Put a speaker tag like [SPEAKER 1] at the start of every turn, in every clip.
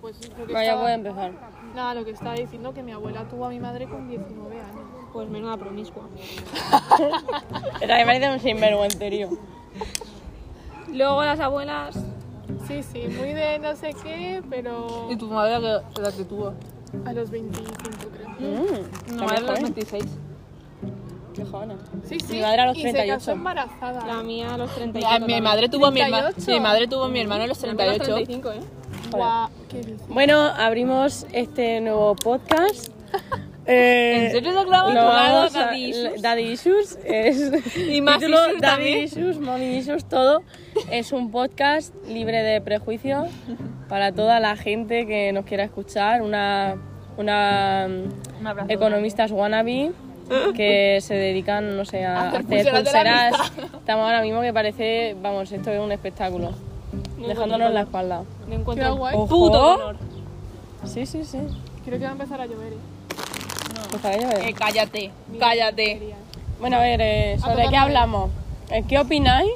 [SPEAKER 1] pues, lo que
[SPEAKER 2] Vaya,
[SPEAKER 1] estaba-
[SPEAKER 2] voy a empezar.
[SPEAKER 1] Nada, lo que estaba diciendo que mi abuela tuvo a mi madre con 19 años.
[SPEAKER 3] Pues menuda promiscua.
[SPEAKER 2] Era me parece un sinvergüenterío.
[SPEAKER 3] Luego las abuelas.
[SPEAKER 1] Sí, sí, muy de no sé qué, pero
[SPEAKER 4] ¿Y tu madre qué edad te tuvo?
[SPEAKER 1] a los 25 creo.
[SPEAKER 2] Mm,
[SPEAKER 4] Mi
[SPEAKER 2] también
[SPEAKER 4] madre a los
[SPEAKER 2] joven.
[SPEAKER 4] 26.
[SPEAKER 2] Qué joven.
[SPEAKER 1] Sí, sí.
[SPEAKER 2] Mi madre a los
[SPEAKER 1] Y se casó
[SPEAKER 2] 38.
[SPEAKER 1] embarazada.
[SPEAKER 3] La mía a los 35.
[SPEAKER 4] Ah, mi,
[SPEAKER 3] también.
[SPEAKER 4] madre tuvo a mi herma-
[SPEAKER 1] 38.
[SPEAKER 4] mi madre tuvo a mi hermano a los
[SPEAKER 3] A mí a los
[SPEAKER 4] 38.
[SPEAKER 3] 35, ¿eh?
[SPEAKER 1] Guau, ¿qué dices?
[SPEAKER 2] Bueno, abrimos este nuevo podcast. Eh,
[SPEAKER 4] ¿En serio lo has grabado?
[SPEAKER 2] lo
[SPEAKER 4] ¿Lo has grabado
[SPEAKER 2] vamos a-
[SPEAKER 4] Daddy
[SPEAKER 3] eh,
[SPEAKER 4] Issues?
[SPEAKER 2] Daddy Issues es
[SPEAKER 4] Y más
[SPEAKER 2] título Daddy
[SPEAKER 4] issues también.
[SPEAKER 2] Issues, Mommy Issues, todo. Es un podcast libre de prejuicios para toda la gente que nos quiera escuchar. Una, una mm,
[SPEAKER 4] Un abrazo.
[SPEAKER 2] economistas wannabe que se dedican, no sé, a
[SPEAKER 4] hacer
[SPEAKER 2] hacer
[SPEAKER 4] pulseras de la
[SPEAKER 2] pulseras. Estamos ahora mismo que parece, vamos, esto es un espectáculo. Dejándonos la espalda.
[SPEAKER 3] Me encuentro
[SPEAKER 1] Qué guay.
[SPEAKER 2] Ojo.
[SPEAKER 4] Puto honor.
[SPEAKER 2] Sí, sí, sí.
[SPEAKER 1] Creo que va a empezar a llover, ¿eh?
[SPEAKER 2] Pues ahí, a ver.
[SPEAKER 4] Eh, cállate, cállate.
[SPEAKER 2] Bueno, a ver, eh, ¿sobre
[SPEAKER 1] tocar
[SPEAKER 2] qué
[SPEAKER 1] madera.
[SPEAKER 2] hablamos? Eh, ¿Qué opináis?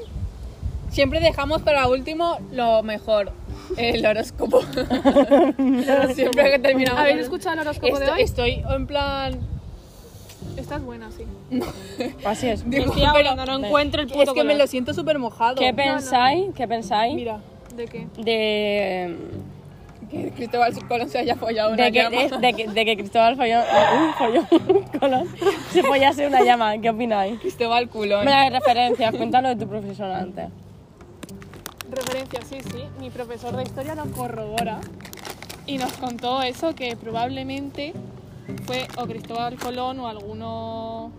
[SPEAKER 4] Siempre dejamos para último lo mejor, el horóscopo. Siempre que terminamos.
[SPEAKER 1] ¿Habéis escuchado el horóscopo de
[SPEAKER 4] Esto-
[SPEAKER 1] hoy?
[SPEAKER 4] Estoy en plan.
[SPEAKER 1] Esta es buena, sí.
[SPEAKER 2] Así es.
[SPEAKER 4] digo,
[SPEAKER 3] Estoy hablando, no
[SPEAKER 4] pero-
[SPEAKER 3] encuentro el puto
[SPEAKER 4] Es que me
[SPEAKER 3] color.
[SPEAKER 4] lo siento súper mojado.
[SPEAKER 2] ¿Qué pensáis? ¿Qué pensáis?
[SPEAKER 1] Mira, ¿de qué?
[SPEAKER 2] de,
[SPEAKER 4] Que Cristóbal Colón se haya follado una
[SPEAKER 2] de, que,
[SPEAKER 4] llama.
[SPEAKER 2] de, que, de que Cristóbal folló, uy, folló- Colón se follase una llama. ¿Qué opináis?
[SPEAKER 4] Cristóbal Colón.
[SPEAKER 2] Mira, hay referencias, cuéntalo de tu profesor antes.
[SPEAKER 1] Referencia, sí, sí. Mi profesor de historia lo corrobora y nos contó eso que probablemente fue o Cristóbal Colón o alguno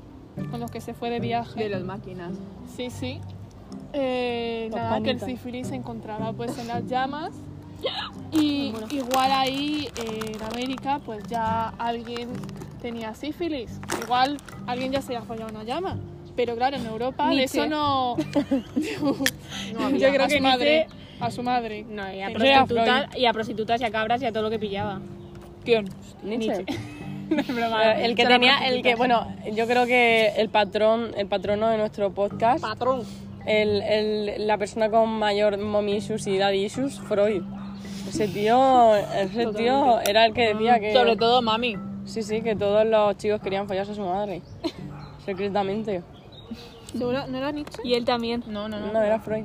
[SPEAKER 1] con los que se fue de viaje.
[SPEAKER 4] De las máquinas.
[SPEAKER 1] Sí, sí. Eh,
[SPEAKER 2] Los
[SPEAKER 1] nada, que el
[SPEAKER 2] panitas.
[SPEAKER 1] sífilis se encontraba pues en las llamas. Y igual ahí eh, en América pues ya alguien tenía sífilis. Igual alguien ya se había follado una llama. Pero claro, en Europa de
[SPEAKER 4] Nietzsche.
[SPEAKER 1] eso no...
[SPEAKER 4] había.
[SPEAKER 1] Yo creo
[SPEAKER 3] A
[SPEAKER 1] que
[SPEAKER 3] su
[SPEAKER 1] madre...
[SPEAKER 3] madre.
[SPEAKER 1] A su madre.
[SPEAKER 3] No, y a,
[SPEAKER 2] Tenía
[SPEAKER 3] prostitutas, y a prostitutas y a cabras y a todo lo que pillaba.
[SPEAKER 4] ¿Quién?
[SPEAKER 2] Nietzsche.
[SPEAKER 3] Es broma.
[SPEAKER 2] Eh, El que
[SPEAKER 3] Solo
[SPEAKER 2] tenía, el que,
[SPEAKER 3] prostitutas.
[SPEAKER 2] bueno, yo creo que el patrón, el patrono de nuestro podcast,
[SPEAKER 3] Patrón.
[SPEAKER 2] el, el- la persona con mayor mommy issues y daddy issues, Freud. Ese tío, ese tío era el que decía que...
[SPEAKER 4] Sobre todo mami.
[SPEAKER 2] Sí, sí, que todos los chicos querían follarse a su madre. Secretamente.
[SPEAKER 1] ¿Seguro? ¿No era Nietzsche?
[SPEAKER 3] Y él también.
[SPEAKER 4] No, no, no.
[SPEAKER 2] No, era Freud.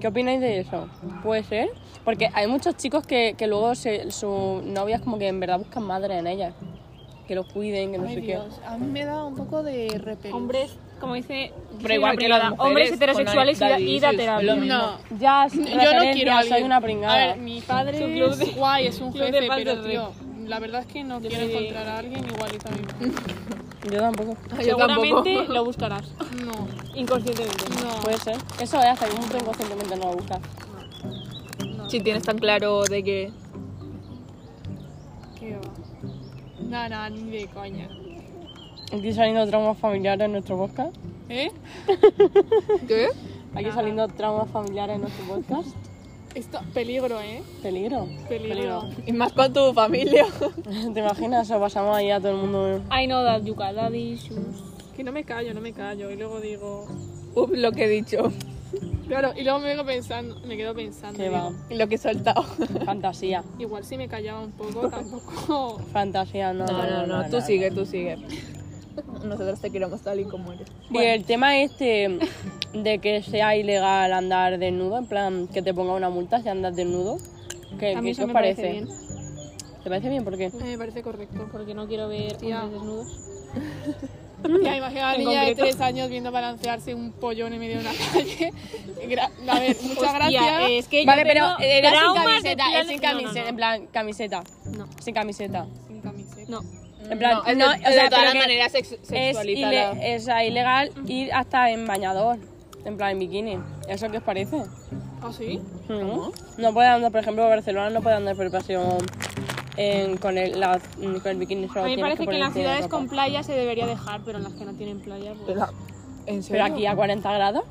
[SPEAKER 2] ¿Qué opináis de eso? ¿Puede ser? Porque hay muchos chicos que, que luego se- sus novias como que en verdad buscan madre en ellas. Que los cuiden, que no
[SPEAKER 1] Ay,
[SPEAKER 2] sé
[SPEAKER 1] Dios, a mí me da un poco de repelús.
[SPEAKER 3] Hombres, como dice.
[SPEAKER 4] Pero igual que
[SPEAKER 3] porque
[SPEAKER 4] las
[SPEAKER 3] da-
[SPEAKER 4] mujeres
[SPEAKER 3] Hombres
[SPEAKER 4] con
[SPEAKER 3] heterosexuales y da-
[SPEAKER 4] daddy
[SPEAKER 3] y da
[SPEAKER 4] issues,
[SPEAKER 3] terapia.
[SPEAKER 4] lo mismo.
[SPEAKER 1] No,
[SPEAKER 2] qué. Ya, es
[SPEAKER 1] yo no quiero a
[SPEAKER 2] soy
[SPEAKER 1] alguien.
[SPEAKER 2] una
[SPEAKER 1] A
[SPEAKER 2] pringada.
[SPEAKER 1] ver, mi padre
[SPEAKER 3] Su club de-
[SPEAKER 1] es guay, es un
[SPEAKER 3] club de
[SPEAKER 1] jefe,
[SPEAKER 3] fans
[SPEAKER 1] pero
[SPEAKER 3] de
[SPEAKER 1] tío, la verdad es que no quiero
[SPEAKER 3] soy de-
[SPEAKER 1] encontrar a alguien igualito a mí.
[SPEAKER 2] Yo tampoco.
[SPEAKER 4] Ay, Yo
[SPEAKER 3] Seguramente
[SPEAKER 4] tampoco.
[SPEAKER 3] lo buscarás.
[SPEAKER 1] No,
[SPEAKER 3] Inconscientemente.
[SPEAKER 1] no.
[SPEAKER 2] Puede ser. Eso es hasta que mucho inconscientemente no lo buscas.
[SPEAKER 4] Si tienes tan claro de que.
[SPEAKER 1] ¿Qué va? Nada, nada, ni de coña.
[SPEAKER 2] Aquí saliendo traumas familiares en nuestro podcast.
[SPEAKER 1] ¿Eh?
[SPEAKER 4] ¿Qué?
[SPEAKER 2] Aquí saliendo traumas familiares en nuestro podcast.
[SPEAKER 1] Esto, peligro, ¿eh?
[SPEAKER 2] Peligro.
[SPEAKER 1] Peligro.
[SPEAKER 4] Y más con tu familia.
[SPEAKER 2] ¿Te imaginas? O pasamos ahí a todo el mundo.
[SPEAKER 3] I know that you got daddy issues.
[SPEAKER 1] Que no me callo, no me callo. Y luego digo...
[SPEAKER 4] Uf, lo que he dicho.
[SPEAKER 1] Claro, y luego me vengo pensando, me quedo pensando.
[SPEAKER 2] Que va.
[SPEAKER 1] digo,
[SPEAKER 4] Lo que he soltado.
[SPEAKER 2] Fantasía.
[SPEAKER 1] Igual si me callaba un poco, tampoco...
[SPEAKER 2] Fantasía, no.
[SPEAKER 4] No, no, no. Tú sigue, tú sigue. Nosotros te queremos tal y como eres.
[SPEAKER 2] Y el tema este de que sea ilegal andar desnudo, en plan que te ponga una multa si andas desnudo, ¿qué,
[SPEAKER 1] A
[SPEAKER 2] qué
[SPEAKER 1] mí eso
[SPEAKER 2] os
[SPEAKER 1] me
[SPEAKER 2] parece?
[SPEAKER 1] parece bien.
[SPEAKER 2] ¿Te parece bien? ¿Por qué?
[SPEAKER 1] A mí me parece correcto.
[SPEAKER 3] Porque no quiero ver
[SPEAKER 1] Tía.
[SPEAKER 3] hombres desnudos.
[SPEAKER 1] Ya imagina a la
[SPEAKER 3] En
[SPEAKER 1] niña de
[SPEAKER 3] concreto.
[SPEAKER 1] tres años viendo balancearse un pollón en medio de una calle. Gra- a ver, muchas
[SPEAKER 3] Hostia,
[SPEAKER 1] gracias.
[SPEAKER 3] Es que yo
[SPEAKER 2] Vale, pero
[SPEAKER 3] tengo
[SPEAKER 2] era sin
[SPEAKER 3] traumas de
[SPEAKER 2] camiseta, es
[SPEAKER 3] plan-
[SPEAKER 2] sin
[SPEAKER 3] No, no,
[SPEAKER 2] camiseta,
[SPEAKER 3] no.
[SPEAKER 2] en plan camiseta,
[SPEAKER 3] No.
[SPEAKER 2] sin camiseta.
[SPEAKER 1] Sin camiseta.
[SPEAKER 3] No.
[SPEAKER 2] En plan,
[SPEAKER 4] es
[SPEAKER 2] no,
[SPEAKER 4] de,
[SPEAKER 2] o
[SPEAKER 4] de
[SPEAKER 2] sea,
[SPEAKER 4] todas
[SPEAKER 2] pero
[SPEAKER 4] las
[SPEAKER 2] que
[SPEAKER 4] maneras sex-
[SPEAKER 2] Es,
[SPEAKER 4] sexualizada.
[SPEAKER 2] ile- es, ah, ilegal ir hasta en bañador, en plan en bikini. ¿Eso qué os parece?
[SPEAKER 1] ¿Ah, sí?
[SPEAKER 2] No, No puede andar, por ejemplo, Barcelona no puede andar por el paseo en- con, el, la- con el bikini solo
[SPEAKER 3] A mí me
[SPEAKER 2] tienes
[SPEAKER 3] parece que en las
[SPEAKER 2] ponerte
[SPEAKER 3] ciudades
[SPEAKER 2] ropa.
[SPEAKER 3] con playa se debería dejar, pero en las que no tienen playa. pues-
[SPEAKER 4] Pero, ¿En
[SPEAKER 2] Pero
[SPEAKER 4] serio?
[SPEAKER 2] aquí a 40 grados,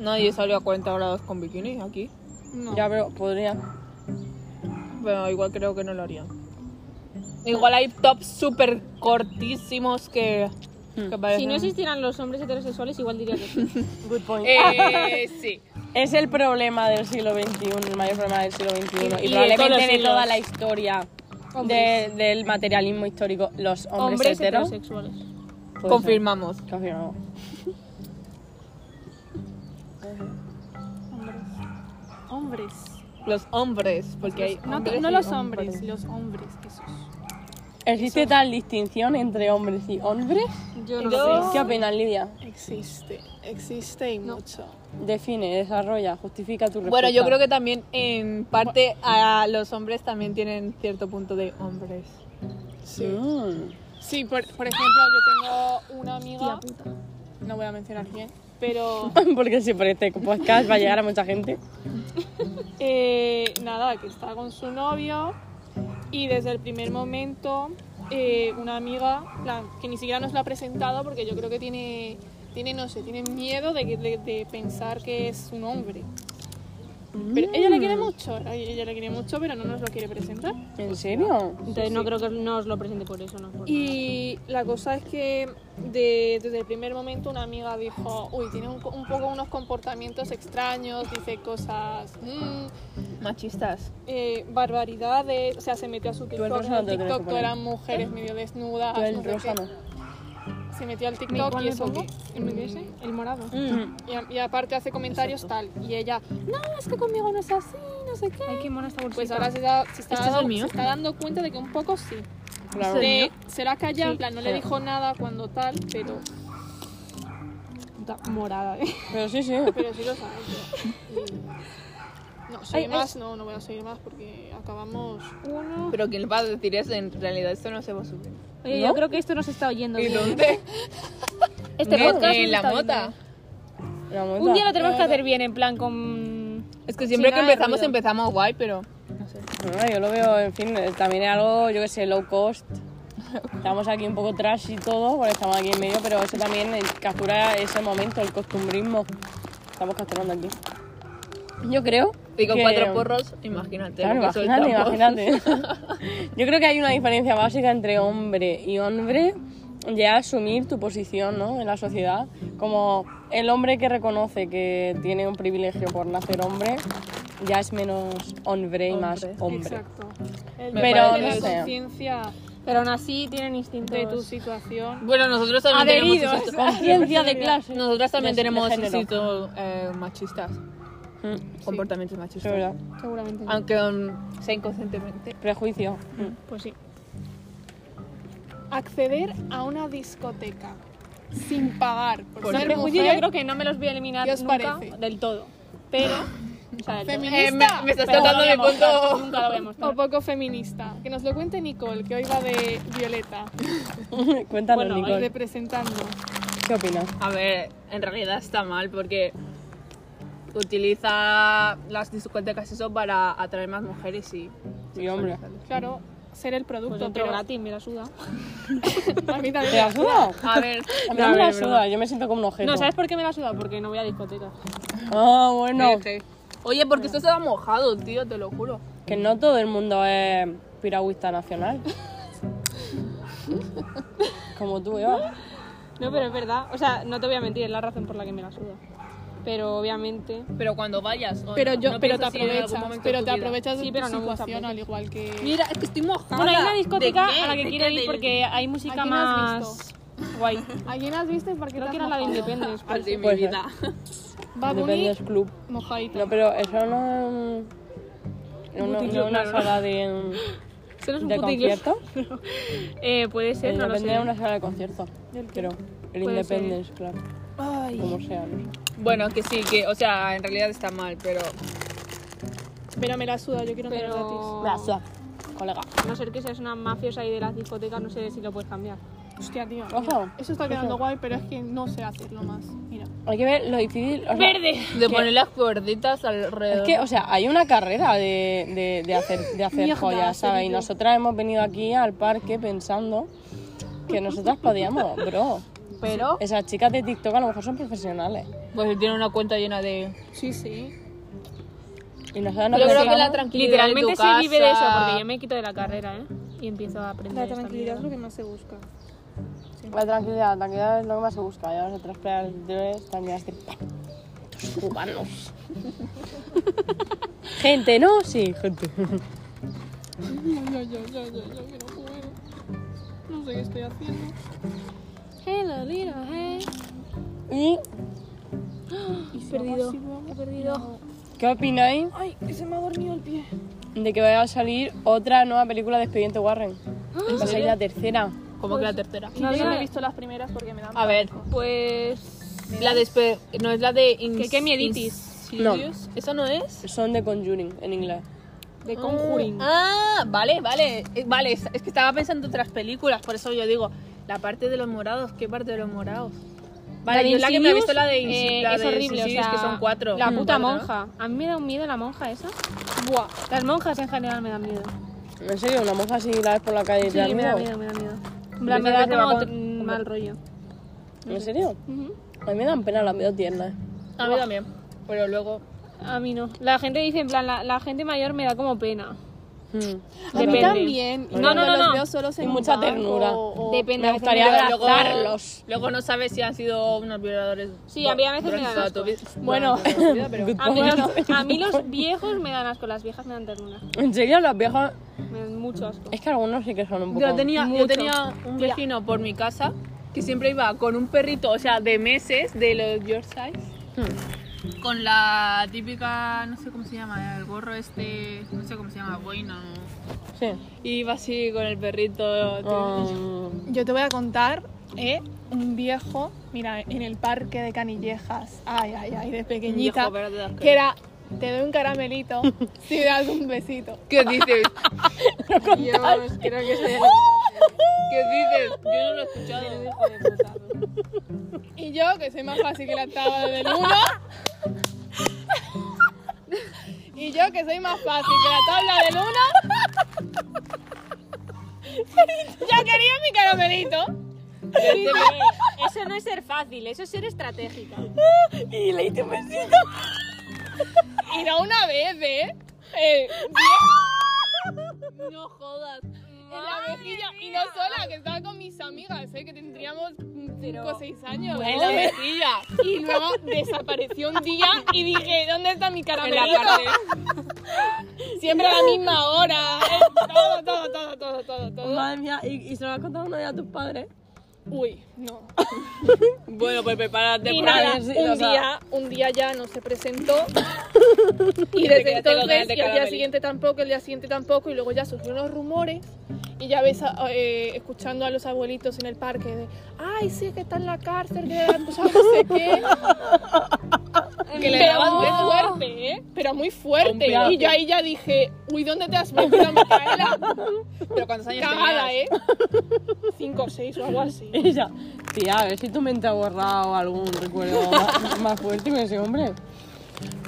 [SPEAKER 4] Nadie salió a 40 grados con bikini aquí.
[SPEAKER 1] No.
[SPEAKER 2] ya pero podría.
[SPEAKER 4] Pero igual creo que no lo harían. Igual hay tops súper cortísimos que. que
[SPEAKER 3] Si
[SPEAKER 4] parecen- pues,
[SPEAKER 3] no existieran los hombres heterosexuales, igual diría que sí.
[SPEAKER 2] Good point.
[SPEAKER 4] Eh, sí.
[SPEAKER 2] Es el problema del siglo XXI, el mayor problema del siglo XXI. Y,
[SPEAKER 3] Y de todos
[SPEAKER 2] probablemente
[SPEAKER 3] los
[SPEAKER 2] de
[SPEAKER 3] siglos.
[SPEAKER 2] toda la historia de-
[SPEAKER 3] Hombres.
[SPEAKER 2] del materialismo histórico, los hombres,
[SPEAKER 3] Hombres
[SPEAKER 2] heteros.
[SPEAKER 3] heterosexuales.
[SPEAKER 2] Puede ser.
[SPEAKER 4] Confirmamos.
[SPEAKER 2] Confirmamos.
[SPEAKER 1] Hombres. Hombres.
[SPEAKER 4] Los hombres, porque hay.
[SPEAKER 1] Los- no,
[SPEAKER 4] hombres
[SPEAKER 1] no
[SPEAKER 4] y
[SPEAKER 1] los
[SPEAKER 4] hombres.
[SPEAKER 1] hombres, los hombres, esos.
[SPEAKER 2] ¿Existe tal distinción entre hombres y hombres?
[SPEAKER 3] Yo
[SPEAKER 2] ¿Qué opinas, Lidia?
[SPEAKER 1] Existe, existe y mucho.
[SPEAKER 2] Define, desarrolla, justifica tu respuesta.
[SPEAKER 4] Bueno, yo creo que también en parte a los hombres también tienen cierto punto de hombres.
[SPEAKER 1] Sí.
[SPEAKER 2] Mm.
[SPEAKER 1] Sí, por, por ejemplo, yo tengo una amiga. No voy a mencionar quién, pero
[SPEAKER 2] Porque siempre este podcast va a llegar a mucha gente.
[SPEAKER 1] eh, nada, que está con su novio y desde el primer momento eh, una amiga, en plan, que ni siquiera nos la ha presentado porque yo creo que tiene, tiene no sé, tiene miedo de, que- de- de pensar que es un hombre. Pero ella le quiere mucho, ella le quiere mucho, pero no nos lo quiere presentar.
[SPEAKER 2] ¿En serio?
[SPEAKER 3] Entonces no creo que no os lo presente por eso, no. Por
[SPEAKER 1] Y la cosa es que de- desde el primer momento una amiga dijo, uy, tiene un, co- un poco unos comportamientos extraños, dice cosas, mm,
[SPEAKER 4] Machistas.
[SPEAKER 1] eh, barbaridades, o sea, se metió a su TikTok,
[SPEAKER 2] rosa
[SPEAKER 1] en
[SPEAKER 2] no te
[SPEAKER 1] el
[SPEAKER 2] lo tienes que
[SPEAKER 1] TikTok
[SPEAKER 2] poner.
[SPEAKER 1] eran mujeres medio desnudas,
[SPEAKER 2] Tú
[SPEAKER 1] no
[SPEAKER 2] el
[SPEAKER 1] sé
[SPEAKER 2] rosa
[SPEAKER 1] qué.
[SPEAKER 2] no.
[SPEAKER 1] se metió al TikTok
[SPEAKER 3] cuál
[SPEAKER 1] y
[SPEAKER 3] me
[SPEAKER 1] eso
[SPEAKER 3] pongo?
[SPEAKER 1] que... El morado.
[SPEAKER 2] Mm.
[SPEAKER 1] Y, a- y aparte hace comentarios tal, y ella, no, es que conmigo no es así, no sé qué.
[SPEAKER 3] Ay, qué mona esta bolsita.
[SPEAKER 1] Pues ahora se, da- se está
[SPEAKER 4] ¿Este es el
[SPEAKER 1] dando-
[SPEAKER 4] mío?
[SPEAKER 1] se está dando cuenta de que un poco sí.
[SPEAKER 2] Claro.
[SPEAKER 1] De, se la ha callado,
[SPEAKER 2] Sí,
[SPEAKER 1] en plan, no le
[SPEAKER 2] claro.
[SPEAKER 1] dijo nada cuando tal, pero. Puta morada, ¿eh?
[SPEAKER 2] Pero sí, sí.
[SPEAKER 1] Pero sí lo sabes. yo. No,
[SPEAKER 2] Ay,
[SPEAKER 1] seguir
[SPEAKER 2] ay.
[SPEAKER 1] más, no, no voy a seguir más porque acabamos uno.
[SPEAKER 4] Pero quien va a decir eso, en realidad esto no se va a subir.
[SPEAKER 3] Oye,
[SPEAKER 2] ¿No?
[SPEAKER 3] yo creo que esto nos está oyendo
[SPEAKER 4] ¿Y
[SPEAKER 3] bien.
[SPEAKER 4] dónde?
[SPEAKER 3] Este
[SPEAKER 4] No,
[SPEAKER 3] podcast
[SPEAKER 4] en
[SPEAKER 3] nos
[SPEAKER 4] la
[SPEAKER 3] está oyendo
[SPEAKER 4] mota.
[SPEAKER 3] bien.
[SPEAKER 2] La mota.
[SPEAKER 3] Un día lo tenemos que hacer bien, en plan con...
[SPEAKER 4] Es que siempre
[SPEAKER 3] Sin
[SPEAKER 4] que
[SPEAKER 3] nada de
[SPEAKER 4] empezamos,
[SPEAKER 3] ruido.
[SPEAKER 4] empezamos guay, pero.
[SPEAKER 2] No, yo lo veo, en fin, eh, también es algo, yo que sé, low cost. Estamos aquí un poco trash y todo, porque estamos aquí en medio, pero eso también eh, captura ese momento, el costumbrismo. Estamos capturando aquí. Yo creo.
[SPEAKER 4] Digo,
[SPEAKER 2] que-
[SPEAKER 4] cuatro porros, imagínate.
[SPEAKER 2] Claro,
[SPEAKER 4] lo que
[SPEAKER 2] imagínate,
[SPEAKER 4] soltamos.
[SPEAKER 2] imagínate. Yo creo que hay una diferencia básica entre hombre y hombre de asumir tu posición ¿no? en la sociedad. Como el hombre que reconoce que tiene un privilegio por nacer hombre, ya es menos hombre y más
[SPEAKER 4] Hombre.
[SPEAKER 2] hombre.
[SPEAKER 1] Exacto. El
[SPEAKER 4] Me
[SPEAKER 2] Pero
[SPEAKER 1] pero
[SPEAKER 2] no
[SPEAKER 1] la
[SPEAKER 2] sé.
[SPEAKER 1] conciencia
[SPEAKER 3] Pero aún así tienen instinto
[SPEAKER 1] de tu situación.
[SPEAKER 4] Bueno, nosotros también
[SPEAKER 2] Adheridos,
[SPEAKER 4] tenemos. esos-
[SPEAKER 2] conciencia de clase.
[SPEAKER 4] Nosotras también
[SPEAKER 2] De- de
[SPEAKER 4] tenemos
[SPEAKER 2] género.
[SPEAKER 4] instintos eh, machistas.
[SPEAKER 2] Mm,
[SPEAKER 4] Comportamientos
[SPEAKER 2] Es
[SPEAKER 4] machistas.
[SPEAKER 2] verdad.
[SPEAKER 1] Seguramente.
[SPEAKER 4] Aunque um, sea inconscientemente.
[SPEAKER 2] Prejuicio.
[SPEAKER 4] Mm.
[SPEAKER 3] Pues sí.
[SPEAKER 1] Acceder a una discoteca sin pagar por,
[SPEAKER 4] Por
[SPEAKER 1] ser
[SPEAKER 4] ser
[SPEAKER 1] mujer.
[SPEAKER 3] yo creo que no me los voy a eliminar
[SPEAKER 1] ¿qué os
[SPEAKER 3] nunca
[SPEAKER 1] parece?
[SPEAKER 3] del todo. Pero... o sea, del todo.
[SPEAKER 1] Feminista.
[SPEAKER 4] Eh, me, me estás
[SPEAKER 3] Pero
[SPEAKER 4] tocando
[SPEAKER 3] no
[SPEAKER 4] mi
[SPEAKER 3] lo voy a mostrar,
[SPEAKER 4] punto.
[SPEAKER 3] Nunca lo voy a mostrar. Pues
[SPEAKER 1] O poco feminista. Que nos lo cuente Nicole, que hoy va de Violeta,
[SPEAKER 2] Cuéntanos,
[SPEAKER 3] Bueno,
[SPEAKER 2] Nicole.
[SPEAKER 1] representando.
[SPEAKER 2] ¿Qué opinas?
[SPEAKER 4] A ver, en realidad está mal porque utiliza las discotecas y eso para atraer más mujeres y.
[SPEAKER 2] Sí, hombre.
[SPEAKER 1] Claro, ser el producto,
[SPEAKER 3] Pues otro
[SPEAKER 1] pero
[SPEAKER 3] gratis, me la suda.
[SPEAKER 1] a mí también.
[SPEAKER 2] ¿Te la suda?
[SPEAKER 4] A ver,
[SPEAKER 2] A mí
[SPEAKER 3] No,
[SPEAKER 2] me la
[SPEAKER 3] es verdad.
[SPEAKER 2] suda, yo me siento como un objeto.
[SPEAKER 3] No, ¿sabes por qué me la suda? Porque no voy a discotecas.
[SPEAKER 2] Ah, bueno.
[SPEAKER 4] sí. Oye, porque esto estaba mojado, tío, te lo juro.
[SPEAKER 2] Que no todo el mundo es piragüista nacional. Como tú, Eva.
[SPEAKER 3] No, pero es verdad. O sea, no te voy a mentir, es la razón por la que me la suda. Pero obviamente...
[SPEAKER 4] Pero cuando vayas. o
[SPEAKER 1] Pero
[SPEAKER 4] no-
[SPEAKER 1] yo,
[SPEAKER 4] no
[SPEAKER 1] pero te
[SPEAKER 4] piensas si en algún
[SPEAKER 1] aprovechas,
[SPEAKER 4] momento de
[SPEAKER 1] pero
[SPEAKER 4] tu
[SPEAKER 1] te
[SPEAKER 4] vida.
[SPEAKER 1] aprovechas de
[SPEAKER 3] Sí,
[SPEAKER 1] tu
[SPEAKER 3] pero no muchas
[SPEAKER 1] situación
[SPEAKER 3] veces.
[SPEAKER 1] al igual que
[SPEAKER 4] Mira, es que estoy mojada.
[SPEAKER 3] Bueno, hay una discoteca
[SPEAKER 4] ¿De qué?
[SPEAKER 3] a la que
[SPEAKER 4] ¿De
[SPEAKER 3] quiero
[SPEAKER 4] qué?
[SPEAKER 3] ir
[SPEAKER 4] ¿De-
[SPEAKER 3] porque hay música
[SPEAKER 1] Aquí no has
[SPEAKER 3] más guay.
[SPEAKER 1] ¿Alguien has visto? Porque
[SPEAKER 3] Creo que era la de Independence.
[SPEAKER 4] Ah, sí, mi
[SPEAKER 2] Pues,
[SPEAKER 4] vida.
[SPEAKER 1] Va
[SPEAKER 2] Depende
[SPEAKER 1] Bunny
[SPEAKER 2] del club.
[SPEAKER 1] mojadito.
[SPEAKER 2] No, pero eso no es. un- No, no, no
[SPEAKER 3] Puticlub,
[SPEAKER 2] es una
[SPEAKER 3] claro, no.
[SPEAKER 2] sala de,
[SPEAKER 3] Eso no es un
[SPEAKER 2] de
[SPEAKER 3] puticlub.
[SPEAKER 2] concierto.
[SPEAKER 3] Eh, puede ser,
[SPEAKER 2] El
[SPEAKER 3] no lo
[SPEAKER 2] Independence
[SPEAKER 3] sé.
[SPEAKER 2] es una sala de concierto. Creo. El
[SPEAKER 3] Puede ser.
[SPEAKER 2] Independence, claro. Como sea, no sé.
[SPEAKER 4] Bueno, que sí, que, o sea, en realidad está mal, pero.
[SPEAKER 1] Mira, me la suda, yo quiero andar gratis.
[SPEAKER 3] Pero...
[SPEAKER 2] Me la suda, colega.
[SPEAKER 3] A no ser que seas una mafiosa ahí de las discotecas, no sé si lo puedes cambiar.
[SPEAKER 1] Hostia, tío.
[SPEAKER 2] Ojo.
[SPEAKER 1] mira, Eso está quedando
[SPEAKER 2] Ojo.
[SPEAKER 1] guay, pero es que no sé hacerlo más. Mira.
[SPEAKER 2] Hay que ver lo difícil. o sea,
[SPEAKER 3] ¡Verde!
[SPEAKER 4] De poner las cuerditas alrededor.
[SPEAKER 2] Es que, o sea, hay una carrera de, de- de hacer, de hacer
[SPEAKER 1] Mierda,
[SPEAKER 2] joyas, ¿sabes? Y
[SPEAKER 1] serio.
[SPEAKER 2] nosotras hemos venido aquí al parque pensando que nosotras podíamos, bro.
[SPEAKER 4] Pero.
[SPEAKER 2] Esas chicas de TikTok a lo mejor son profesionales.
[SPEAKER 4] Pues tiene una cuenta llena de.
[SPEAKER 1] Sí, sí.
[SPEAKER 2] Y nosotras no
[SPEAKER 4] Yo creo que
[SPEAKER 2] pensamos-
[SPEAKER 4] la tranquilidad.
[SPEAKER 3] Literalmente
[SPEAKER 4] de tu
[SPEAKER 3] se vive de eso,
[SPEAKER 4] casa-
[SPEAKER 3] porque yo me quito de la carrera, ¿eh? Y empiezo a aprender.
[SPEAKER 1] La
[SPEAKER 3] esta
[SPEAKER 1] tranquilidad es lo
[SPEAKER 3] mierda.
[SPEAKER 1] que más se busca.
[SPEAKER 2] La tranquilidad, la tranquilidad es lo que más se busca. Ya nosotras tres tranquilidad de... Estos cubanos. gente, ¿no? Sí, gente.
[SPEAKER 1] Ay, ay, ay, ay, ay, ay, que no puedo. No sé qué estoy haciendo.
[SPEAKER 3] Hello, little, hey.
[SPEAKER 2] ¿Y
[SPEAKER 1] He perdido. He perdido.
[SPEAKER 2] qué opináis
[SPEAKER 1] Ay, que se me ha dormido el pie.
[SPEAKER 2] de que vaya a salir otra nueva película de Expediente Warren? Va a salir la tercera.
[SPEAKER 4] Como que la tercera.
[SPEAKER 1] No, yo no he visto las primeras porque me dan.
[SPEAKER 4] A ver, pues. La de. espe- No es la de. ins-
[SPEAKER 3] ¿Qué- qué mieditis?
[SPEAKER 4] Insidious. ¿Esa no es?
[SPEAKER 2] Son de Conjuring en inglés.
[SPEAKER 1] De Conjuring.
[SPEAKER 4] Ah, vale, vale. Eh, Vale, es es que estaba pensando otras películas, por eso yo digo. La parte de los morados, ¿qué parte de los morados? Vale,
[SPEAKER 3] La de
[SPEAKER 4] yo la que me he
[SPEAKER 3] Insidious,
[SPEAKER 4] visto la de, Insi-
[SPEAKER 3] eh,
[SPEAKER 4] la
[SPEAKER 3] es
[SPEAKER 4] de
[SPEAKER 3] horrible, o
[SPEAKER 4] Insidious,
[SPEAKER 3] sea,
[SPEAKER 4] que son cuatro.
[SPEAKER 3] La
[SPEAKER 4] Mm, cuatro,
[SPEAKER 3] puta
[SPEAKER 4] ¿no?
[SPEAKER 3] monja. A mí me da un miedo la monja esa.
[SPEAKER 1] Buah.
[SPEAKER 3] Las monjas en general me dan miedo.
[SPEAKER 2] ¿En serio? ¿Una monja así la ves por la calle? y
[SPEAKER 3] Sí,
[SPEAKER 2] te da
[SPEAKER 3] me da
[SPEAKER 2] miedo?
[SPEAKER 3] miedo, me da miedo. En
[SPEAKER 4] Yo
[SPEAKER 3] plan, Me
[SPEAKER 4] creo
[SPEAKER 3] da
[SPEAKER 4] que te va
[SPEAKER 3] como
[SPEAKER 4] con-
[SPEAKER 3] tr- mal rollo.
[SPEAKER 2] ¿En serio? A mí me dan pena las veo tiernas.
[SPEAKER 4] A mí también. Pero luego.
[SPEAKER 3] A mí no. La gente dice, en plan, la, la gente mayor me da como pena.
[SPEAKER 2] Hmm.
[SPEAKER 1] A mí
[SPEAKER 3] Depende.
[SPEAKER 1] también. Y
[SPEAKER 3] No, no,
[SPEAKER 1] cuando
[SPEAKER 3] no,
[SPEAKER 1] los
[SPEAKER 3] no.
[SPEAKER 1] Veo solos en
[SPEAKER 2] Y
[SPEAKER 1] un
[SPEAKER 2] mucha
[SPEAKER 1] banco
[SPEAKER 2] ternura.
[SPEAKER 1] o-
[SPEAKER 3] Depende.
[SPEAKER 2] Me gustaría
[SPEAKER 4] luego,
[SPEAKER 2] abrazarlos.
[SPEAKER 4] luego no sabes si han sido unos violadores.
[SPEAKER 3] Sí, a mí a veces me
[SPEAKER 4] durante
[SPEAKER 3] da
[SPEAKER 4] toda tu vida-
[SPEAKER 1] Bueno.
[SPEAKER 4] durante toda tu vida, pero-
[SPEAKER 3] A mí, los, a mí los viejos me dan asco, las viejas me dan ternura.
[SPEAKER 2] En serio, las viejas...
[SPEAKER 3] Me dan mucho asco.
[SPEAKER 2] Es que algunos sí que son un poco...
[SPEAKER 4] Yo tenía, yo
[SPEAKER 3] Mucho.
[SPEAKER 4] tenía un
[SPEAKER 3] Mira.
[SPEAKER 4] vecino por mi casa que siempre iba con un perrito, o sea, de meses, de los Yorkshire, con la típica, no sé cómo se llama, el gorro este, no sé cómo se llama, boina. o-
[SPEAKER 2] Sí.
[SPEAKER 4] Y iba así con el perrito.
[SPEAKER 2] Um,
[SPEAKER 1] Yo te voy a contar, ¿eh? Un viejo, mira, en el parque de Canillejas, ay, ay, ay, de pequeñita,
[SPEAKER 4] Viejo verde de asco.
[SPEAKER 1] que era, te doy un caramelito si me das un besito.
[SPEAKER 4] ¿Qué dices?
[SPEAKER 3] Dios, creo que soy
[SPEAKER 4] ¿Qué dices? Yo no lo he escuchado.
[SPEAKER 1] Y yo, que soy más fácil que la tabla del uno. Y yo, que soy más fácil que la tabla del uno. Yo quería mi caramelito.
[SPEAKER 3] Eso no es ser fácil, eso es ser estratégica.
[SPEAKER 2] y le hice un besito.
[SPEAKER 1] Y no una vez, ¿eh? Eh,
[SPEAKER 4] No jodas.
[SPEAKER 1] en la mejilla. Y no sola, que estaba con mis amigas, ¿eh? Que tendríamos 5 o 6 años.
[SPEAKER 4] En la mejilla.
[SPEAKER 1] Y luego desapareció un día y dije, ¿dónde está mi
[SPEAKER 4] En la
[SPEAKER 1] caramelito?
[SPEAKER 4] parte.
[SPEAKER 1] Siempre a la misma hora. eh, Todo, todo, todo, todo, todo, todo.
[SPEAKER 2] Madre mía, ¿y, y se lo has contado a uno de a tus padres?
[SPEAKER 1] Uy, no.
[SPEAKER 4] Bueno, pues prepárate
[SPEAKER 1] Y
[SPEAKER 4] para
[SPEAKER 1] nada,
[SPEAKER 2] ver si- o
[SPEAKER 1] un
[SPEAKER 2] sea-
[SPEAKER 1] día, un día ya no se presentó. Y
[SPEAKER 4] te
[SPEAKER 1] desde
[SPEAKER 4] quedaste con ganas
[SPEAKER 1] entonces, y
[SPEAKER 4] de
[SPEAKER 1] el día
[SPEAKER 4] caramelito.
[SPEAKER 1] siguiente tampoco, el día siguiente tampoco, y luego ya surgieron los rumores. Y ya ves, a- eh, escuchando a los abuelitos en el parque, de, ay, sí, que está en la cárcel, que le han acusado no sé qué.
[SPEAKER 4] que le
[SPEAKER 1] Pero
[SPEAKER 4] daban
[SPEAKER 1] muy
[SPEAKER 4] besos.
[SPEAKER 1] fuerte, ¿eh? Pero muy fuerte.
[SPEAKER 2] Hombre,
[SPEAKER 1] Y yo ahí ya dije, uy, ¿dónde te has metido, Micaela?
[SPEAKER 4] Pero cuántos años
[SPEAKER 1] Cagada,
[SPEAKER 4] tenías?
[SPEAKER 1] ¿eh? Cinco o seis o algo así.
[SPEAKER 2] Ella, tía, a ver si tu mente ha borrado algún recuerdo más, más fuerte con ese hombre.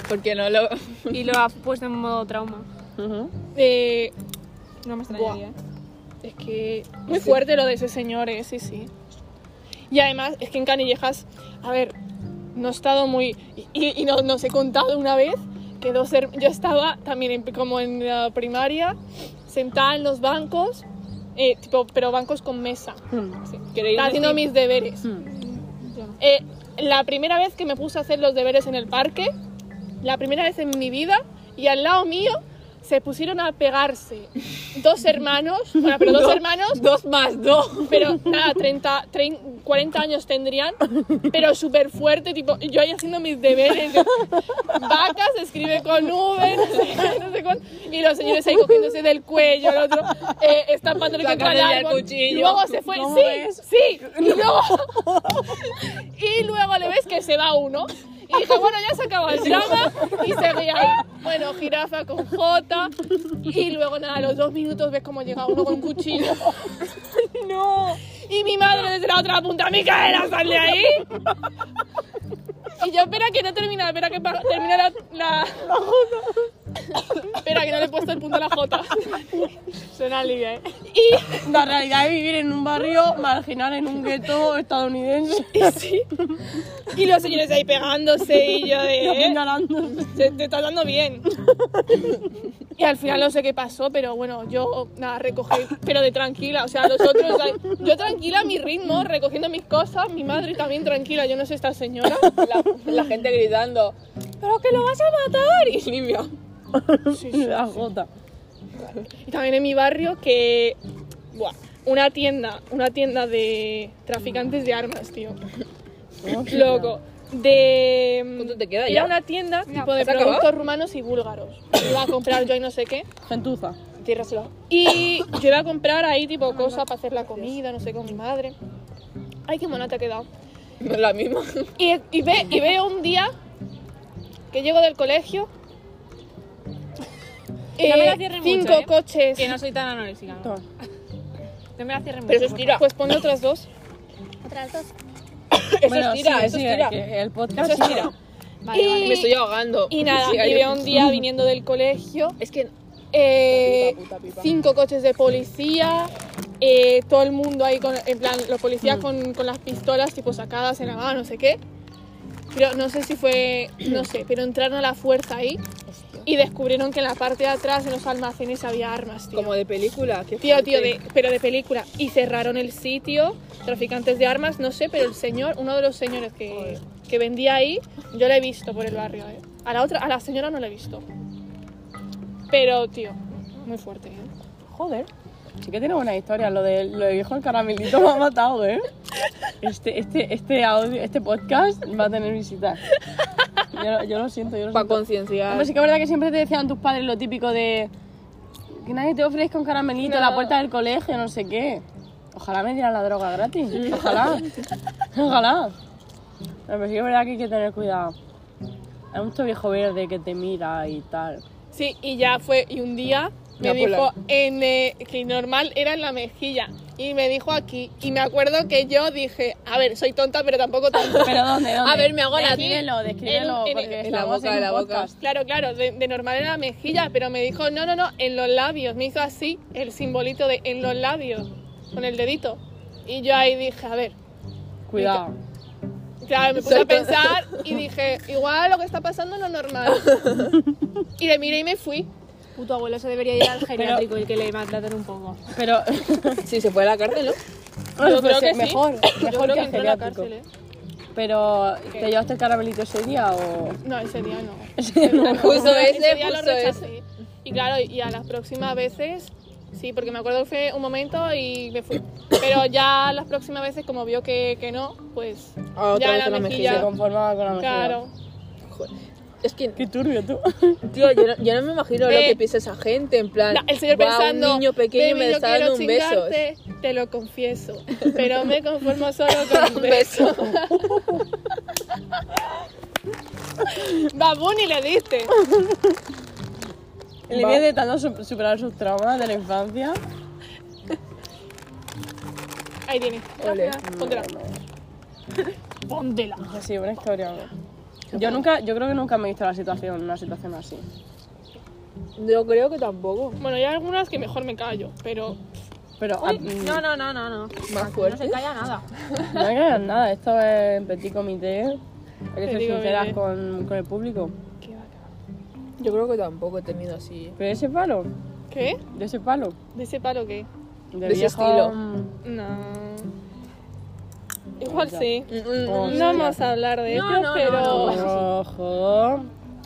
[SPEAKER 4] Porque no lo.
[SPEAKER 3] Y lo ha puesto en modo trauma.
[SPEAKER 2] Ujú.
[SPEAKER 1] Eh,
[SPEAKER 3] No me extrañaría.
[SPEAKER 1] Es que muy fuerte lo de ese señor, eh, sí, sí. Y además, es que en Canillejas, a ver, no he estado muy... Y, y- y no, nos he contado una vez que dos her- yo estaba también en- como en la primaria, sentada en los bancos, eh, tipo, pero bancos con mesa.
[SPEAKER 2] Hmm.
[SPEAKER 1] Sí.
[SPEAKER 4] ¿Queréis
[SPEAKER 1] Estaba haciendo
[SPEAKER 4] decir-
[SPEAKER 1] mis deberes.
[SPEAKER 2] Hmm.
[SPEAKER 1] Eh, la primera vez que me puse a hacer los deberes en el parque, la primera vez en mi vida, y al lado mío se pusieron a pegarse dos hermanos, bueno, pero dos hermanos,
[SPEAKER 4] Dos más dos.
[SPEAKER 1] pero nada, 30, 30, 40 años tendrían, pero súper fuerte, tipo, y yo ahí haciendo mis deberes, de, vacas, se escribe con V, no sé, qué, no sé cuál, y los señores ahí cogiéndose del cuello, el otro eh, estampándole contra el
[SPEAKER 4] Sacándole ya el
[SPEAKER 1] árbol,
[SPEAKER 4] cuchillo.
[SPEAKER 1] y luego se fue,
[SPEAKER 2] ¿Cómo
[SPEAKER 1] sí,
[SPEAKER 2] ves?
[SPEAKER 1] sí, y luego, y luego le ves que se va uno, y dije, bueno, ya se acabó el drama, y seguía ahí, bueno, jirafa con J, y luego nada, a los dos minutos ves cómo llega uno con un cuchillo. Y mi madre desde la otra punta, Micaela, sal de ahí. Y yo, espera que no termina, espera que pa- termina la, la, Espera, que no le he puesto el punto a la J. Suena liga, ¿eh?
[SPEAKER 2] Y la realidad es vivir en un barrio marginal, en un gueto estadounidense,
[SPEAKER 1] Y los señores ahí pegándose y yo de... ¿eh?
[SPEAKER 2] señalándose.
[SPEAKER 1] Se- te está dando bien. Y al final no sé qué pasó, pero bueno, yo nada, recogí, pero de tranquila, o sea, los otros, o sea, yo tranquila a mi ritmo, recogiendo mis cosas, mi madre también tranquila, yo no sé esta señora, la, la gente gritando, pero que lo vas a matar, y limpio.
[SPEAKER 2] La jota.
[SPEAKER 1] Y también en mi barrio que, buah, una tienda, una tienda de traficantes de armas, tío, loco, de... mm,
[SPEAKER 5] ¿Cuánto te queda
[SPEAKER 1] Era
[SPEAKER 5] ya?
[SPEAKER 1] una tienda tipo de
[SPEAKER 5] ¿Se acabó?
[SPEAKER 1] productos rumanos y búlgaros. Iba a comprar yo y no sé qué.
[SPEAKER 2] Gentuza.
[SPEAKER 5] Ciérraselo.
[SPEAKER 1] Y yo iba a comprar ahí tipo cosas para hacer la comida, no sé, con mi madre. Ay, qué mona te ha quedado.
[SPEAKER 5] La misma.
[SPEAKER 1] Y, y ve- y veo un día que llego del colegio.
[SPEAKER 3] No me la
[SPEAKER 1] eh,
[SPEAKER 3] cierren mucho,
[SPEAKER 1] cinco
[SPEAKER 3] ¿eh?
[SPEAKER 1] coches.
[SPEAKER 3] Que no soy tan anoréxica. No, No me la cierren
[SPEAKER 1] Pero eso
[SPEAKER 3] mucho.
[SPEAKER 1] es tira. Pues ponme otras dos.
[SPEAKER 5] Eso es tira,
[SPEAKER 2] sí,
[SPEAKER 5] eso
[SPEAKER 2] sí,
[SPEAKER 5] es tira.
[SPEAKER 2] que el podcast
[SPEAKER 1] Eso es
[SPEAKER 2] sí.
[SPEAKER 1] tira.
[SPEAKER 3] Vale,
[SPEAKER 1] y,
[SPEAKER 3] vale.
[SPEAKER 5] Me estoy ahogando.
[SPEAKER 1] y nada,
[SPEAKER 5] Sí,
[SPEAKER 1] y
[SPEAKER 5] hay-
[SPEAKER 1] veo un día viniendo del colegio.
[SPEAKER 5] Es que
[SPEAKER 1] eh,
[SPEAKER 5] Puta pipa, puta pipa.
[SPEAKER 1] cinco coches de policía, eh, todo el mundo ahí, con, en plan, los
[SPEAKER 5] Mm.
[SPEAKER 1] policías con, con las pistolas tipo sacadas en la mano, no sé qué. Pero no sé si fue, no sé, pero entraron a la fuerza ahí y descubrieron que en la parte de atrás, en los almacenes, había armas, tío.
[SPEAKER 5] como de película. qué
[SPEAKER 1] Tío,
[SPEAKER 5] fuerte.
[SPEAKER 1] tío, de- pero de película. Y cerraron el sitio, traficantes de armas, no sé, pero el señor, uno de los señores que, que vendía ahí, yo la he visto por el barrio, ¿eh? A la otra, a la señora no la he visto. Pero, tío, muy fuerte, ¿eh?
[SPEAKER 2] Joder. Sí que tiene buena historia. Lo de lo de viejo el caramelito lo ha matado, ¿eh? Este, este, este audio, este podcast va a tener visitas. Yo, yo lo siento, yo lo
[SPEAKER 5] Para
[SPEAKER 2] siento.
[SPEAKER 5] concienciar.
[SPEAKER 2] Hombre, sí que es verdad que siempre te decían tus padres lo típico de que nadie te ofrezca un caramelito a la puerta del colegio, no sé qué. Ojalá me dieran la droga gratis. Ojalá. Ojalá. No, Pero sí que es verdad que hay que tener cuidado. Hay mucho viejo verde que te mira y tal.
[SPEAKER 1] Sí, y ya fue, y un día me
[SPEAKER 5] Ya,
[SPEAKER 1] dijo
[SPEAKER 5] Pola.
[SPEAKER 1] en, eh, que normal era en la mejilla, y me dijo aquí, y me acuerdo que yo dije, a ver, soy tonta, pero tampoco tonta.
[SPEAKER 2] ¿Pero dónde? dónde?
[SPEAKER 1] A ver, me hago la-
[SPEAKER 2] Descríbelo, descríbelo.
[SPEAKER 1] en- en-
[SPEAKER 2] porque
[SPEAKER 1] en
[SPEAKER 5] la
[SPEAKER 2] estamos
[SPEAKER 5] boca,
[SPEAKER 2] en
[SPEAKER 5] en la
[SPEAKER 2] un
[SPEAKER 5] boca.
[SPEAKER 2] podcast.
[SPEAKER 1] Claro, claro, de, de normal era la mejilla, pero me dijo, no, no, no, en los labios, me hizo así el simbolito de en los labios, con el dedito. Y yo ahí dije, a ver,
[SPEAKER 2] Cuidado.
[SPEAKER 1] Claro, me puse a pensar y dije, igual lo que está pasando no es normal. Y le miré y me fui.
[SPEAKER 3] Puto abuelo, se debería ir al geriátrico y que le maltraten un poco.
[SPEAKER 2] Pero.
[SPEAKER 5] Sí, se fue a la cárcel, ¿no?
[SPEAKER 1] Yo
[SPEAKER 2] Pues
[SPEAKER 1] creo que sí.
[SPEAKER 2] mejor.
[SPEAKER 1] Yo creo
[SPEAKER 2] Mejor
[SPEAKER 1] que entró
[SPEAKER 2] que, el
[SPEAKER 1] en la
[SPEAKER 2] geriátrico.
[SPEAKER 1] cárcel, ¿eh?
[SPEAKER 2] Pero, ¿te llevaste el caramelito ese día o.?
[SPEAKER 1] No, ese día no.
[SPEAKER 5] Justo
[SPEAKER 1] Ese
[SPEAKER 5] ese,
[SPEAKER 1] día lo
[SPEAKER 5] justo ese.
[SPEAKER 1] rechacé. Y claro, y a las próximas veces, sí, porque me acuerdo que fue un momento y me fui. Pero ya las próximas veces, como vio que, que no, pues
[SPEAKER 5] Ah, otra
[SPEAKER 1] ya
[SPEAKER 5] vez en
[SPEAKER 1] en
[SPEAKER 5] la
[SPEAKER 1] la
[SPEAKER 2] Y se
[SPEAKER 1] mejilla.
[SPEAKER 2] conformaba con la mejilla.
[SPEAKER 1] Claro.
[SPEAKER 5] Es que,
[SPEAKER 2] Qué turbio tú.
[SPEAKER 5] tío, yo no, yo no me imagino lo
[SPEAKER 1] Eh.
[SPEAKER 5] que piensa esa gente. En plan,
[SPEAKER 1] La- el señor
[SPEAKER 5] "Guau,
[SPEAKER 1] pensando,
[SPEAKER 5] un niño pequeño
[SPEAKER 1] "Baby,
[SPEAKER 5] me
[SPEAKER 1] yo
[SPEAKER 5] está
[SPEAKER 1] quiero
[SPEAKER 5] dando un beso.
[SPEAKER 1] chingarte, Te lo confieso, pero me conformo solo con un
[SPEAKER 5] Un
[SPEAKER 1] beso.
[SPEAKER 5] beso.
[SPEAKER 1] Babuni le diste.
[SPEAKER 2] El niño intentando su- superar sus traumas de la infancia.
[SPEAKER 1] Ahí tiene.
[SPEAKER 5] Ole.
[SPEAKER 1] Póntela. Póntela.
[SPEAKER 2] Pues Sí, buena historia. ¿no? Yo nunca, yo creo que nunca me he visto la situación, una situación así.
[SPEAKER 5] Yo creo que tampoco.
[SPEAKER 1] Bueno, hay algunas que mejor me callo, pero
[SPEAKER 2] Pero ah, mm,
[SPEAKER 3] No, no, no, no, no.
[SPEAKER 5] Más
[SPEAKER 3] No
[SPEAKER 5] fuerte.
[SPEAKER 3] se calla nada.
[SPEAKER 2] no hay que hacer nada, esto es petit comité. Hay que ser
[SPEAKER 1] Petit
[SPEAKER 2] sinceras
[SPEAKER 1] comité.
[SPEAKER 2] con, con el público.
[SPEAKER 5] Yo creo que tampoco he tenido así.
[SPEAKER 2] Pero ese palo,
[SPEAKER 1] ¿qué?
[SPEAKER 2] de ese palo,
[SPEAKER 1] ¿De ese palo qué?
[SPEAKER 2] de,
[SPEAKER 5] ese
[SPEAKER 2] viejo,
[SPEAKER 5] estilo.
[SPEAKER 2] mm,
[SPEAKER 1] No. Igual
[SPEAKER 2] Ya.
[SPEAKER 1] sí.
[SPEAKER 2] Oh,
[SPEAKER 1] No vamos a hablar de
[SPEAKER 3] No,
[SPEAKER 1] ello,
[SPEAKER 3] no,
[SPEAKER 1] pero
[SPEAKER 3] no,
[SPEAKER 2] Ojo.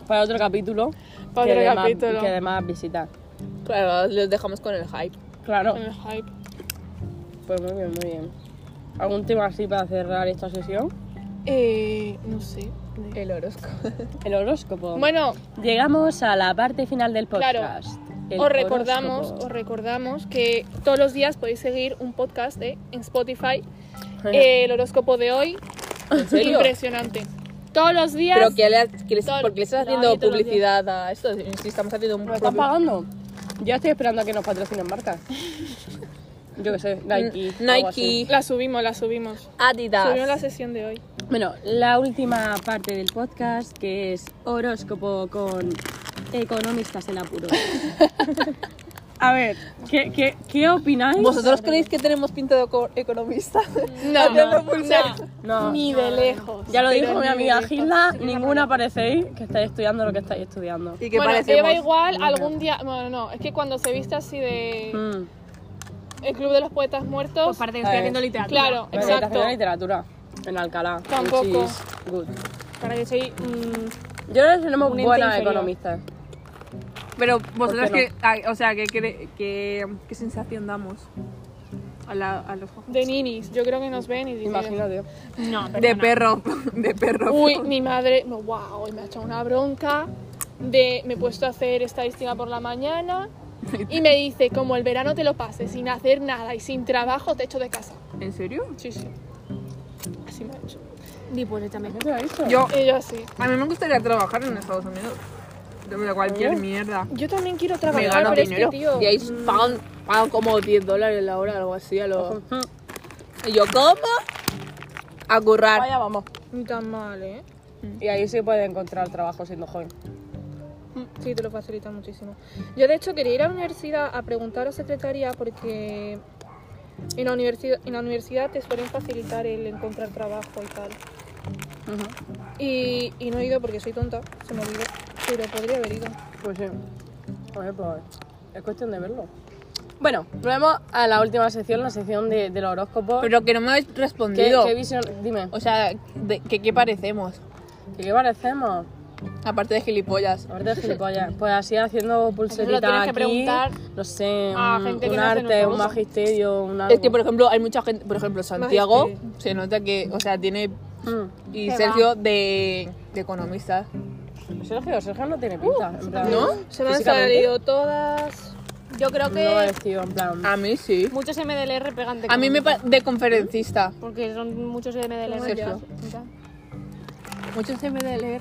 [SPEAKER 2] Para otro capítulo.
[SPEAKER 1] para
[SPEAKER 2] que
[SPEAKER 1] otro
[SPEAKER 2] de más-
[SPEAKER 1] capítulo.
[SPEAKER 2] que de más visitas.
[SPEAKER 5] Claro, los dejamos con el hype.
[SPEAKER 2] Claro.
[SPEAKER 1] Con el hype.
[SPEAKER 2] Pues muy bien, muy bien. ¿Algún tema así para cerrar esta sesión?
[SPEAKER 1] Eh, no sé.
[SPEAKER 5] El horóscopo.
[SPEAKER 2] El horóscopo.
[SPEAKER 1] Bueno,
[SPEAKER 2] Llegamos a la parte final del
[SPEAKER 1] Claro.
[SPEAKER 2] podcast. El
[SPEAKER 1] os recordamos,
[SPEAKER 2] horóscopo.
[SPEAKER 1] os recordamos que todos los días podéis seguir un podcast eh, en Spotify. Eh, el horóscopo de hoy,
[SPEAKER 5] ¿En serio?
[SPEAKER 1] impresionante. Todos los días.
[SPEAKER 5] Pero que le, que les-
[SPEAKER 1] Todo-
[SPEAKER 5] ¿por qué le estás
[SPEAKER 3] no,
[SPEAKER 5] haciendo
[SPEAKER 3] yo todos los
[SPEAKER 5] publicidad a esto? Si estamos haciendo un
[SPEAKER 2] ¿Nos están
[SPEAKER 5] propio-
[SPEAKER 2] pagando? Ya estoy esperando a que nos patrocinen marcas. Yo qué sé, Nike.
[SPEAKER 5] Mm,
[SPEAKER 2] algo así.
[SPEAKER 5] Nike,
[SPEAKER 1] La subimos, la subimos. Subimos la
[SPEAKER 5] Adidas.
[SPEAKER 1] sesión de hoy.
[SPEAKER 2] Bueno, la última parte del podcast que es horóscopo con Economistas en apuros. A ver, ¿qué, qué, qué opináis?
[SPEAKER 4] ¿Vosotros creéis que tenemos pinta de eco- economista?
[SPEAKER 1] No,
[SPEAKER 4] Haciendo
[SPEAKER 1] no,
[SPEAKER 4] pulseras.
[SPEAKER 2] No.
[SPEAKER 1] ni de lejos.
[SPEAKER 2] Ya lo
[SPEAKER 1] pero
[SPEAKER 2] dijo mi
[SPEAKER 1] ni
[SPEAKER 2] amiga
[SPEAKER 1] de lejos.
[SPEAKER 2] Gilda, ninguna parecéis que estáis estudiando lo que estáis estudiando.
[SPEAKER 4] Y que
[SPEAKER 1] Bueno, se
[SPEAKER 4] parecemos...
[SPEAKER 1] lleva igual algún día. Bueno, no, es que cuando se viste así de.
[SPEAKER 2] Mm.
[SPEAKER 1] El Club de los Poetas Muertos.
[SPEAKER 3] Pues
[SPEAKER 2] A
[SPEAKER 3] parece que estoy
[SPEAKER 2] ver.
[SPEAKER 3] haciendo literatura.
[SPEAKER 1] Claro,
[SPEAKER 2] Bueno, estás
[SPEAKER 1] exacto.
[SPEAKER 2] haciendo literatura en Alcalá. which
[SPEAKER 1] Tampoco.
[SPEAKER 2] is good.
[SPEAKER 3] Para que soy. mm,
[SPEAKER 2] Yo creo que tenemos
[SPEAKER 3] Un ente
[SPEAKER 2] buenas
[SPEAKER 3] inferior.
[SPEAKER 2] economistas.
[SPEAKER 4] Pero vosotros
[SPEAKER 2] ¿Por qué
[SPEAKER 4] que... ay, o sea, ¿qué, cre- qué, qué sensación damos a, la, a los
[SPEAKER 1] mm, De ninis. Yo creo que nos ven y dicen.
[SPEAKER 2] Imagínate.
[SPEAKER 3] no,
[SPEAKER 4] De perro,
[SPEAKER 3] perdona.
[SPEAKER 4] de perro.
[SPEAKER 1] Uy, mi madre, me- wow, me ha echado una bronca de me he puesto a hacer estadística por la mañana y me dice, como el verano te lo pases sin hacer nada y sin trabajo, te echo de casa.
[SPEAKER 4] ¿En serio?
[SPEAKER 1] Sí, sí. Así me ha hecho.
[SPEAKER 3] Di por esta mesa.
[SPEAKER 4] Yo,
[SPEAKER 1] Y yo así.
[SPEAKER 4] a mí me gustaría trabajar en Estados Unidos. De cualquier mierda.
[SPEAKER 1] Yo también quiero
[SPEAKER 4] Me
[SPEAKER 1] trabajar,
[SPEAKER 4] gano
[SPEAKER 1] pero es que,
[SPEAKER 4] dinero.
[SPEAKER 1] tío...
[SPEAKER 4] Y ahí pagan, pagan como 10 dólares la hora, algo así. A los... Y yo, ¿cómo? A currar.
[SPEAKER 2] Vaya, vamos.
[SPEAKER 1] Ni tan mal, ¿eh?
[SPEAKER 2] Y ahí sí puede encontrar trabajo siendo joven.
[SPEAKER 1] Sí, te lo facilita muchísimo. Yo, de hecho, quería ir a la universidad a preguntar a secretaría porque en la universidad, en la universidad te suelen facilitar el encontrar trabajo y tal. y, y no he ido porque soy tonta, se me olvidó, pero podría haber ido.
[SPEAKER 2] Pues sí. A ver, pues, es cuestión de verlo. Bueno, volvemos a la última sección, la sección de, del horóscopo.
[SPEAKER 4] Pero que no me habéis
[SPEAKER 2] ¿Qué,
[SPEAKER 4] respondido.
[SPEAKER 2] qué visión? Dime,
[SPEAKER 4] O sea, de- que qué parecemos.
[SPEAKER 2] ¿qué, qué parecemos?
[SPEAKER 4] Aparte de gilipollas.
[SPEAKER 2] Ahorita gilipollas. Pues así haciendo
[SPEAKER 3] tienes que
[SPEAKER 2] pulseritas aquí.
[SPEAKER 3] preguntar
[SPEAKER 2] no sé,
[SPEAKER 3] a
[SPEAKER 2] un,
[SPEAKER 3] gente
[SPEAKER 2] un
[SPEAKER 3] que no hace
[SPEAKER 2] arte,
[SPEAKER 3] ningún
[SPEAKER 2] un
[SPEAKER 3] uso.
[SPEAKER 2] magisterio, un algo.
[SPEAKER 4] Es que, por ejemplo, hay mucha gente, por ejemplo, Santiago se nota que, o sea, tiene...
[SPEAKER 2] Mm.
[SPEAKER 4] Y
[SPEAKER 3] Se
[SPEAKER 4] Sergio de, de economista.
[SPEAKER 2] Sergio, Sergio Uh, no tiene pinta. en plan,
[SPEAKER 4] ¿No?
[SPEAKER 1] Se me han
[SPEAKER 2] físicamente,
[SPEAKER 1] salido todas.
[SPEAKER 3] Yo creo
[SPEAKER 2] No va
[SPEAKER 3] que
[SPEAKER 2] vestido, en plan.
[SPEAKER 4] A mí sí.
[SPEAKER 3] muchos MDLR pegan de
[SPEAKER 4] A mí me
[SPEAKER 3] económica,
[SPEAKER 4] pa- de conferencista.
[SPEAKER 3] Porque son muchos MDLR.
[SPEAKER 4] Sergio. Muchos MDLR.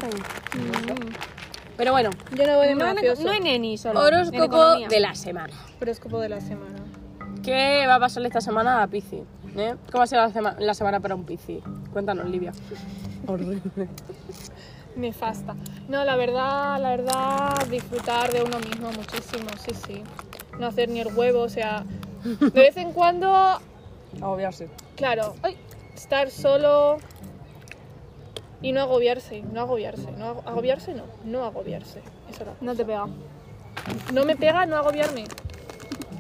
[SPEAKER 2] Pero bueno,
[SPEAKER 1] Yo no voy de
[SPEAKER 3] No, en-
[SPEAKER 1] mafioso,
[SPEAKER 3] no en Eni solo. en
[SPEAKER 2] horóscopo
[SPEAKER 3] economía.
[SPEAKER 2] de la semana.
[SPEAKER 1] pero es como de la semana.
[SPEAKER 2] ¿Qué va a pasar esta semana a Piscis? ¿Eh? ¿Cómo va a ser la, sema- la semana para un Piscis? Cuéntanos, Livia.
[SPEAKER 1] Nefasta. No, la verdad, la verdad, disfrutar de uno mismo muchísimo, sí, sí. No hacer ni el huevo, o sea, de vez en cuando,
[SPEAKER 2] Obviarse.
[SPEAKER 1] claro, ay, estar solo y no agobiarse, no agobiarse, no ago- agobiarse, no, no agobiarse. Eso no.
[SPEAKER 3] No te pega.
[SPEAKER 1] No me pega no agobiarme.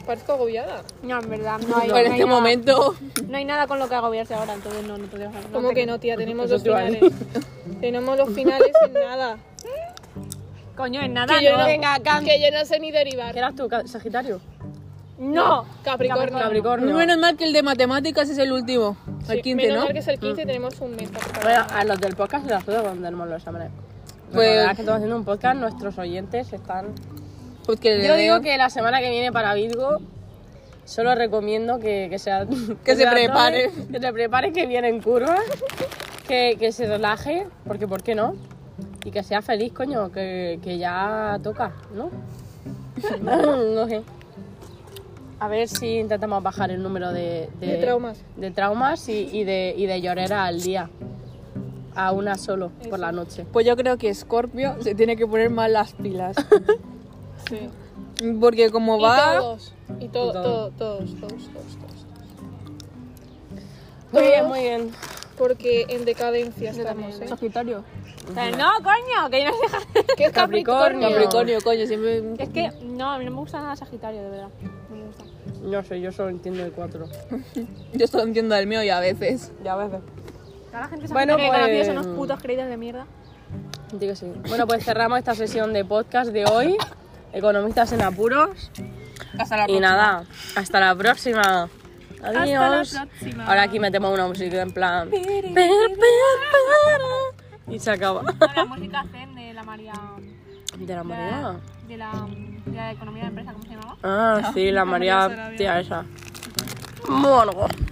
[SPEAKER 1] Parezco agobiada.
[SPEAKER 3] No, en verdad. No hay,
[SPEAKER 4] Pero en
[SPEAKER 3] no hay
[SPEAKER 4] este
[SPEAKER 3] nada,
[SPEAKER 4] momento...
[SPEAKER 3] no hay nada con lo que agobiarse ahora, entonces no, no podemos hablar.
[SPEAKER 1] Como
[SPEAKER 3] te-
[SPEAKER 1] que no, tía, tenemos
[SPEAKER 2] Eso
[SPEAKER 1] los
[SPEAKER 2] te iba a
[SPEAKER 1] finales. tenemos los finales en nada.
[SPEAKER 3] Coño, en nada.
[SPEAKER 1] Que yo
[SPEAKER 3] no.
[SPEAKER 1] no, que yo no sé ni derivar.
[SPEAKER 2] ¿Qué eras tú, Ca- Sagitario?
[SPEAKER 3] No.
[SPEAKER 1] Capricornio.
[SPEAKER 2] Capricornio.
[SPEAKER 4] Menos mal que el de matemáticas es el último.
[SPEAKER 1] Sí,
[SPEAKER 4] El 15,
[SPEAKER 1] menos
[SPEAKER 4] ¿no?
[SPEAKER 1] mal que es el 15 y tenemos un mes. para
[SPEAKER 2] Bueno,
[SPEAKER 1] preparar.
[SPEAKER 2] a los del podcast se las puedo cuando tenemos los exámenes.
[SPEAKER 4] Pues-
[SPEAKER 2] Pues... La verdad que estamos haciendo un podcast, nuestros oyentes están...
[SPEAKER 4] Pues que le
[SPEAKER 2] Yo
[SPEAKER 4] veo-
[SPEAKER 2] digo que la semana que viene para Virgo solo recomiendo que, que sea... Que,
[SPEAKER 4] se prepare.
[SPEAKER 2] tome, Que se prepare, que viene en curva, que, que se relaje, porque ¿por qué no? Y que sea feliz, coño, que, que ya toca, ¿no? no sé. A ver si intentamos bajar el número de... De,
[SPEAKER 1] De traumas.
[SPEAKER 2] de traumas y, y de, y de llorera al día. A una solo, por la noche.
[SPEAKER 4] Pues yo creo que Scorpio se tiene que poner más las pilas.
[SPEAKER 1] Sí.
[SPEAKER 4] Porque como
[SPEAKER 1] Y
[SPEAKER 4] va...
[SPEAKER 1] todos. Y todo,
[SPEAKER 2] Y todo.
[SPEAKER 1] todo, todos, todos, todos, todos.
[SPEAKER 2] Muy bien, muy bien.
[SPEAKER 1] Porque en decadencia estamos, ¿eh?
[SPEAKER 4] Sagitario.
[SPEAKER 3] Pero no, coño, que yo no sé.
[SPEAKER 1] ¿Qué es
[SPEAKER 2] Capricornio.
[SPEAKER 1] Capricornio?
[SPEAKER 4] Capricornio, coño, siempre...
[SPEAKER 3] Es que no, a mí no me gusta nada Sagitario, de verdad. No me gusta.
[SPEAKER 2] No sé, yo solo entiendo el 4.
[SPEAKER 4] Yo solo entiendo el mío y a veces.
[SPEAKER 2] Ya a veces.
[SPEAKER 3] Toda la gente
[SPEAKER 2] Bueno,
[SPEAKER 3] bueno, que conocido
[SPEAKER 2] pues-
[SPEAKER 3] son unos putos creídos de mierda.
[SPEAKER 2] Digo sí. Bueno, pues cerramos esta sesión de podcast de hoy. Economistas en apuros.
[SPEAKER 4] Hasta la
[SPEAKER 2] Y nada, hasta la próxima. Adiós.
[SPEAKER 3] próxima.
[SPEAKER 2] Ahora aquí metemos una música en plan. Per, per, para. Y se acaba.
[SPEAKER 3] la música zen de la María.
[SPEAKER 2] De la
[SPEAKER 3] De la,
[SPEAKER 2] María.
[SPEAKER 3] de la, de la economía de empresa, ¿cómo se llamaba?
[SPEAKER 2] Ah, sí, la María, tía esa. Bueno.